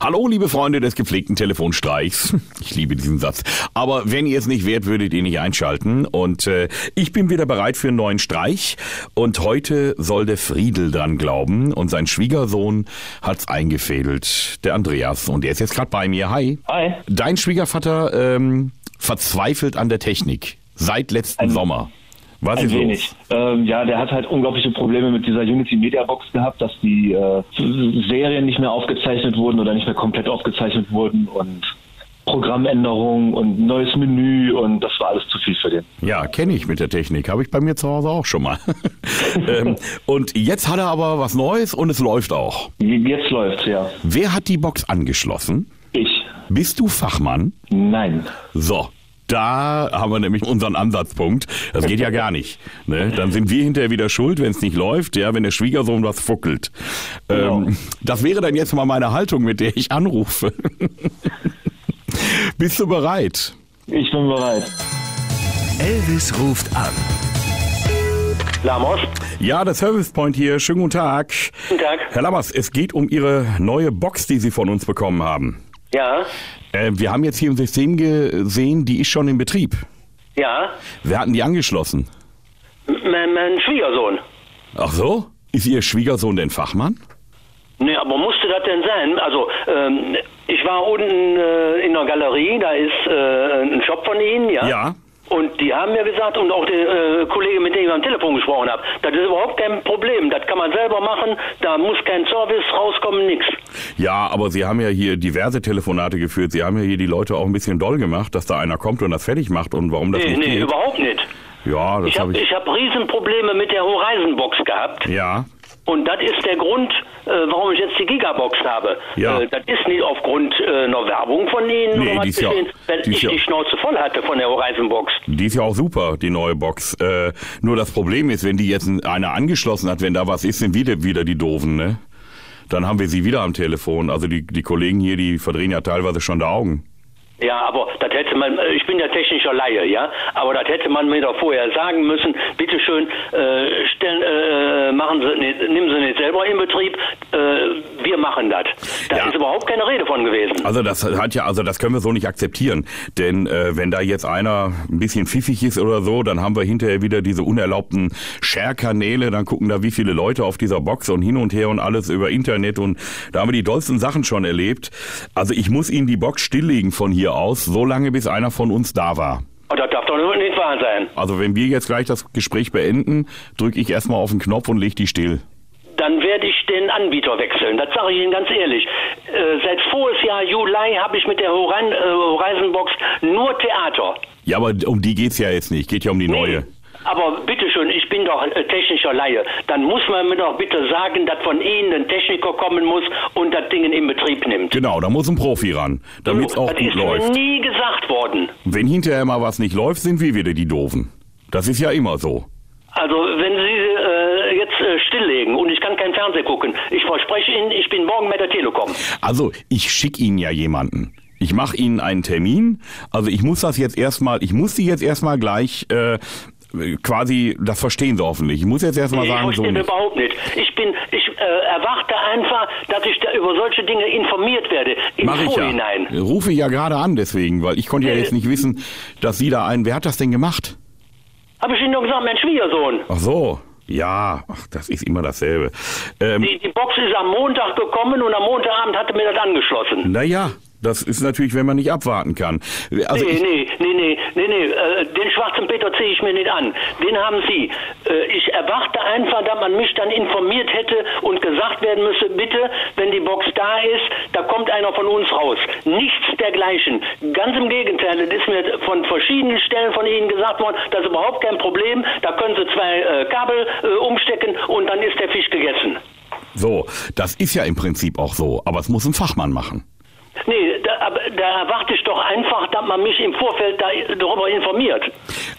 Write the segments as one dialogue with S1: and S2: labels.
S1: Hallo, liebe Freunde des gepflegten Telefonstreichs. Ich liebe diesen Satz. Aber wenn ihr es nicht wert, würdet ihr nicht einschalten. Und äh, ich bin wieder bereit für einen neuen Streich. Und heute soll der Friedel dran glauben. Und sein Schwiegersohn hat's eingefädelt, der Andreas. Und der ist jetzt gerade bei mir. Hi.
S2: Hi.
S1: Dein Schwiegervater ähm, verzweifelt an der Technik. Seit letzten
S2: Ein-
S1: Sommer. Was
S2: Ein
S1: ist
S2: wenig.
S1: los?
S2: Ähm, ja, der hat halt unglaubliche Probleme mit dieser Unity Media Box gehabt, dass die äh, Serien nicht mehr aufgezeichnet wurden oder nicht mehr komplett aufgezeichnet wurden und Programmänderungen und neues Menü und das war alles zu viel für den.
S1: Ja, kenne ich mit der Technik. Habe ich bei mir zu Hause auch schon mal. ähm, und jetzt hat er aber was Neues und es läuft auch.
S2: Jetzt läuft's, ja.
S1: Wer hat die Box angeschlossen?
S2: Ich.
S1: Bist du Fachmann?
S2: Nein.
S1: So. Da haben wir nämlich unseren Ansatzpunkt. Das geht ja gar nicht. Ne? Dann sind wir hinterher wieder schuld, wenn es nicht läuft, ja, wenn der Schwiegersohn was fuckelt.
S2: Genau.
S1: Ähm, das wäre dann jetzt mal meine Haltung, mit der ich anrufe. Bist du bereit?
S2: Ich bin bereit.
S3: Elvis ruft an.
S4: Lamos.
S1: Ja, der Service Point hier. Schönen guten Tag.
S4: Guten Tag.
S1: Herr Lammers, es geht um Ihre neue Box, die Sie von uns bekommen haben.
S4: Ja,
S1: Äh, wir haben jetzt hier im System gesehen, die ist schon in Betrieb.
S4: ja.
S1: Wer hatten die angeschlossen?
S4: M- Mein, mein Schwiegersohn.
S1: Ach so? Ist Ihr Schwiegersohn denn Fachmann?
S4: Nee, aber musste das denn sein? Also, ähm, ich war unten äh, in der Galerie, da ist äh, ein Shop von Ihnen, ja?
S1: Ja.
S4: Und die haben mir gesagt, und auch der äh, Kollege, mit dem ich am Telefon gesprochen habe, das ist überhaupt kein Problem. Das kann man selber machen, da muss kein Service rauskommen, nix.
S1: Ja, aber Sie haben ja hier diverse Telefonate geführt. Sie haben ja hier die Leute auch ein bisschen doll gemacht, dass da einer kommt und das fertig macht und warum das
S4: Nee,
S1: nicht
S4: nee,
S1: geht.
S4: überhaupt nicht.
S1: Ja, das
S4: Ich
S1: habe
S4: habe
S1: ich.
S4: ich hab Riesenprobleme mit der Horizon-Box gehabt.
S1: Ja.
S4: Und das ist der Grund, äh, warum ich jetzt die Gigabox habe.
S1: Ja.
S4: Äh, das ist nicht aufgrund äh, einer Werbung von Ihnen
S1: Nee,
S4: oder
S1: die
S4: was
S1: ist ja-
S4: gesehen, weil
S1: die ist
S4: ich
S1: ja-
S4: die Schnauze voll hatte von der Horizon Box.
S1: Die ist ja auch super, die neue Box. Äh, nur das Problem ist, wenn die jetzt einer angeschlossen hat, wenn da was ist, sind wieder, wieder die Doofen, ne? Dann haben wir sie wieder am Telefon. Also die, die Kollegen hier, die verdrehen ja teilweise schon die Augen.
S4: Ja, aber das hätte man, äh, ich bin ja technischer Laie, ja, aber das hätte man mir doch vorher sagen müssen, bitteschön, äh, stellen, äh, machen Sie, nee, nehmen Sie nicht selber in Betrieb, äh, wir machen das. Da
S1: Ja.
S4: ist überhaupt keine Rede von gewesen.
S1: Also das hat ja, also das können wir so nicht akzeptieren. Denn äh, wenn da jetzt einer ein bisschen pfiffig ist oder so, dann haben wir hinterher wieder diese unerlaubten Share-Kanäle, dann gucken da wie viele Leute auf dieser Box und hin und her und alles über Internet und da haben wir die dollsten Sachen schon erlebt. Also ich muss Ihnen die Box stilllegen von hier aus, so lange bis einer von uns da war.
S4: Und das darf doch nicht wahr sein.
S1: Also wenn wir jetzt gleich das Gespräch beenden, drücke ich erstmal auf den Knopf und leg die still.
S4: dann werde ich den Anbieter wechseln. Das sage ich Ihnen ganz ehrlich. Äh, seit voriges Jahr Juli habe ich mit der Horan, äh, Horizon Box nur Theater.
S1: Ja, aber um die geht's ja jetzt nicht, geht ja um die neue.
S4: Aber bitteschön, ich bin doch äh, technischer Laie. Dann muss man mir doch bitte sagen, dass von Ihnen ein Techniker kommen muss und das Ding in Betrieb nimmt.
S1: Genau, da muss ein Profi ran, damit's auch
S4: das
S1: gut
S4: ist
S1: läuft.
S4: mir nie gesagt worden.
S1: Wenn hinterher mal was nicht läuft, sind wir wieder die Doofen. Das ist ja immer so.
S4: Also wenn Sie äh, jetzt äh, stilllegen und ich kann kein Fernsehen gucken, ich verspreche Ihnen, ich bin morgen bei der Telekom.
S1: Also, ich schicke Ihnen ja jemanden. Ich mache Ihnen einen Termin. Also, ich muss das jetzt erstmal, ich muss Sie jetzt erstmal gleich, äh, quasi, das verstehen Sie hoffentlich. Ich muss jetzt erstmal
S4: Ich
S1: sagen, so
S4: verstehe
S1: nicht.
S4: überhaupt nicht. Ich bin, ich äh, erwarte einfach, dass ich da über solche Dinge informiert werde im
S1: Mach ich ja.
S4: Vorhinein.
S1: Rufe ich ja gerade an deswegen, weil ich konnte ja jetzt nicht wissen, dass Sie da einen, wer hat das denn gemacht?
S4: Habe ich Ihnen doch gesagt, mein Schwiegersohn.
S1: Ach so. Ja, ach, das ist immer dasselbe. Ähm,
S4: Die, die Box ist am Montag gekommen und am Montagabend hatte mir das angeschlossen.
S1: naja, das ist natürlich, wenn man nicht abwarten kann. Also,
S4: nee,
S1: ich,
S4: nee, nee, nee, nee, nee, äh, den schwarzen Peter ziehe ich mir nicht an. Den haben Sie. Äh, ich erwarte einfach, dass man mich dann informiert hätte und gesagt werden müsste, bitte, wenn die Box da ist, da kommt einer von uns raus. Nichts dergleichen. Ganz im Gegenteil, es ist mir von verschiedenen Stellen von Ihnen gesagt worden, das ist überhaupt kein Problem, da können Sie zwei äh, Kabel äh, umstecken und dann ist der Fisch gegessen.
S1: So, das ist ja im Prinzip auch so, aber es muss ein Fachmann machen.
S4: Nee, da, aber da erwarte ich doch einfach, dass man mich im Vorfeld da, darüber informiert.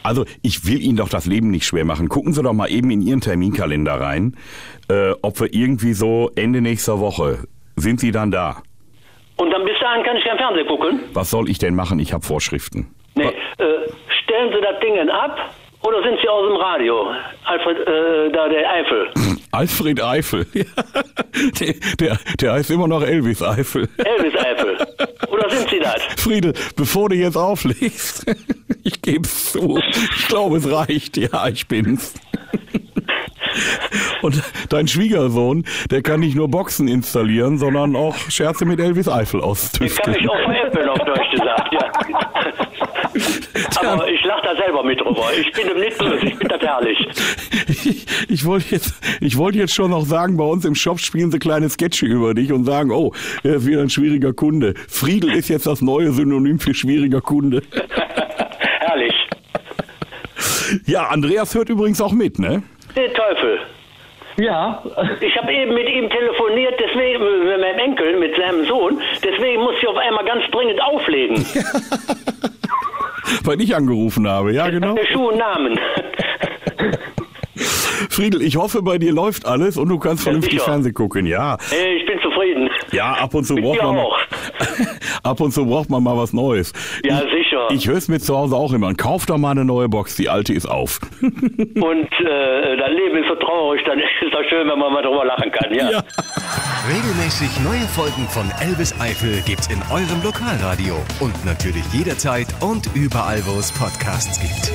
S1: Also, ich will Ihnen doch das Leben nicht schwer machen. Gucken Sie doch mal eben in Ihren Terminkalender rein, äh, ob wir irgendwie so Ende nächster Woche sind Sie dann da.
S4: Und dann bis dahin kann ich kein Fernsehen gucken.
S1: Was soll ich denn machen? Ich habe Vorschriften.
S4: Nee, äh, stellen Sie das Ding ab oder sind Sie aus dem Radio? Alfred, äh, da der Eifel.
S1: Alfred Eifel. der, der, der heißt immer noch Elvis Eifel.
S4: Elvis Eifel. Oder sind Sie das?
S1: Friede, bevor du jetzt auflegst, ich geb's zu. Ich glaube, es reicht. Ja, ich bin's. Und dein Schwiegersohn, der kann nicht nur Boxen installieren, sondern auch Scherze mit Elvis Eifel
S4: Ich kann
S1: austüfteln.
S4: mich auch veräppeln, auf Deutsch gesagt, ja. Aber ich lache da selber mit drüber. Ich bin dem nicht böse, ich bin da herrlich.
S1: Ich, ich wollte jetzt, ich wollte jetzt schon noch sagen, bei uns im Shop spielen sie kleine Sketche über dich und sagen, oh, er ist wieder ein schwieriger Kunde. Friedel ist jetzt das neue Synonym für schwieriger Kunde.
S4: herrlich.
S1: Ja, Andreas hört übrigens auch mit, ne?
S4: Der Teufel.
S2: Ja,
S4: Ich habe eben mit ihm telefoniert, deswegen mit meinem Enkel, mit seinem Sohn. Deswegen muss ich auf einmal ganz dringend auflegen.
S1: Weil ich angerufen habe, ja genau.
S4: Der Schuh und Namen.
S1: Friedel, ich hoffe, bei dir läuft alles und du kannst vernünftig
S4: sicher.
S1: Fernsehen gucken, ja.
S4: Äh, Ich bin zufrieden.
S1: Ja, ab und zu
S4: Mit
S1: braucht
S4: dir
S1: man
S4: auch.
S1: ab und zu braucht man mal was Neues.
S4: Ja,
S1: ich,
S4: sicher.
S1: Ich höre es mir zu Hause auch immer. an. Kauf doch mal eine neue Box, die alte ist auf.
S4: Und äh, das Leben ist so traurig, dann ist es doch schön, wenn man mal drüber lachen kann. Ja.
S1: Ja.
S3: Regelmäßig neue Folgen von Elvis Eifel gibt's in eurem Lokalradio und natürlich jederzeit und überall, wo es Podcasts gibt.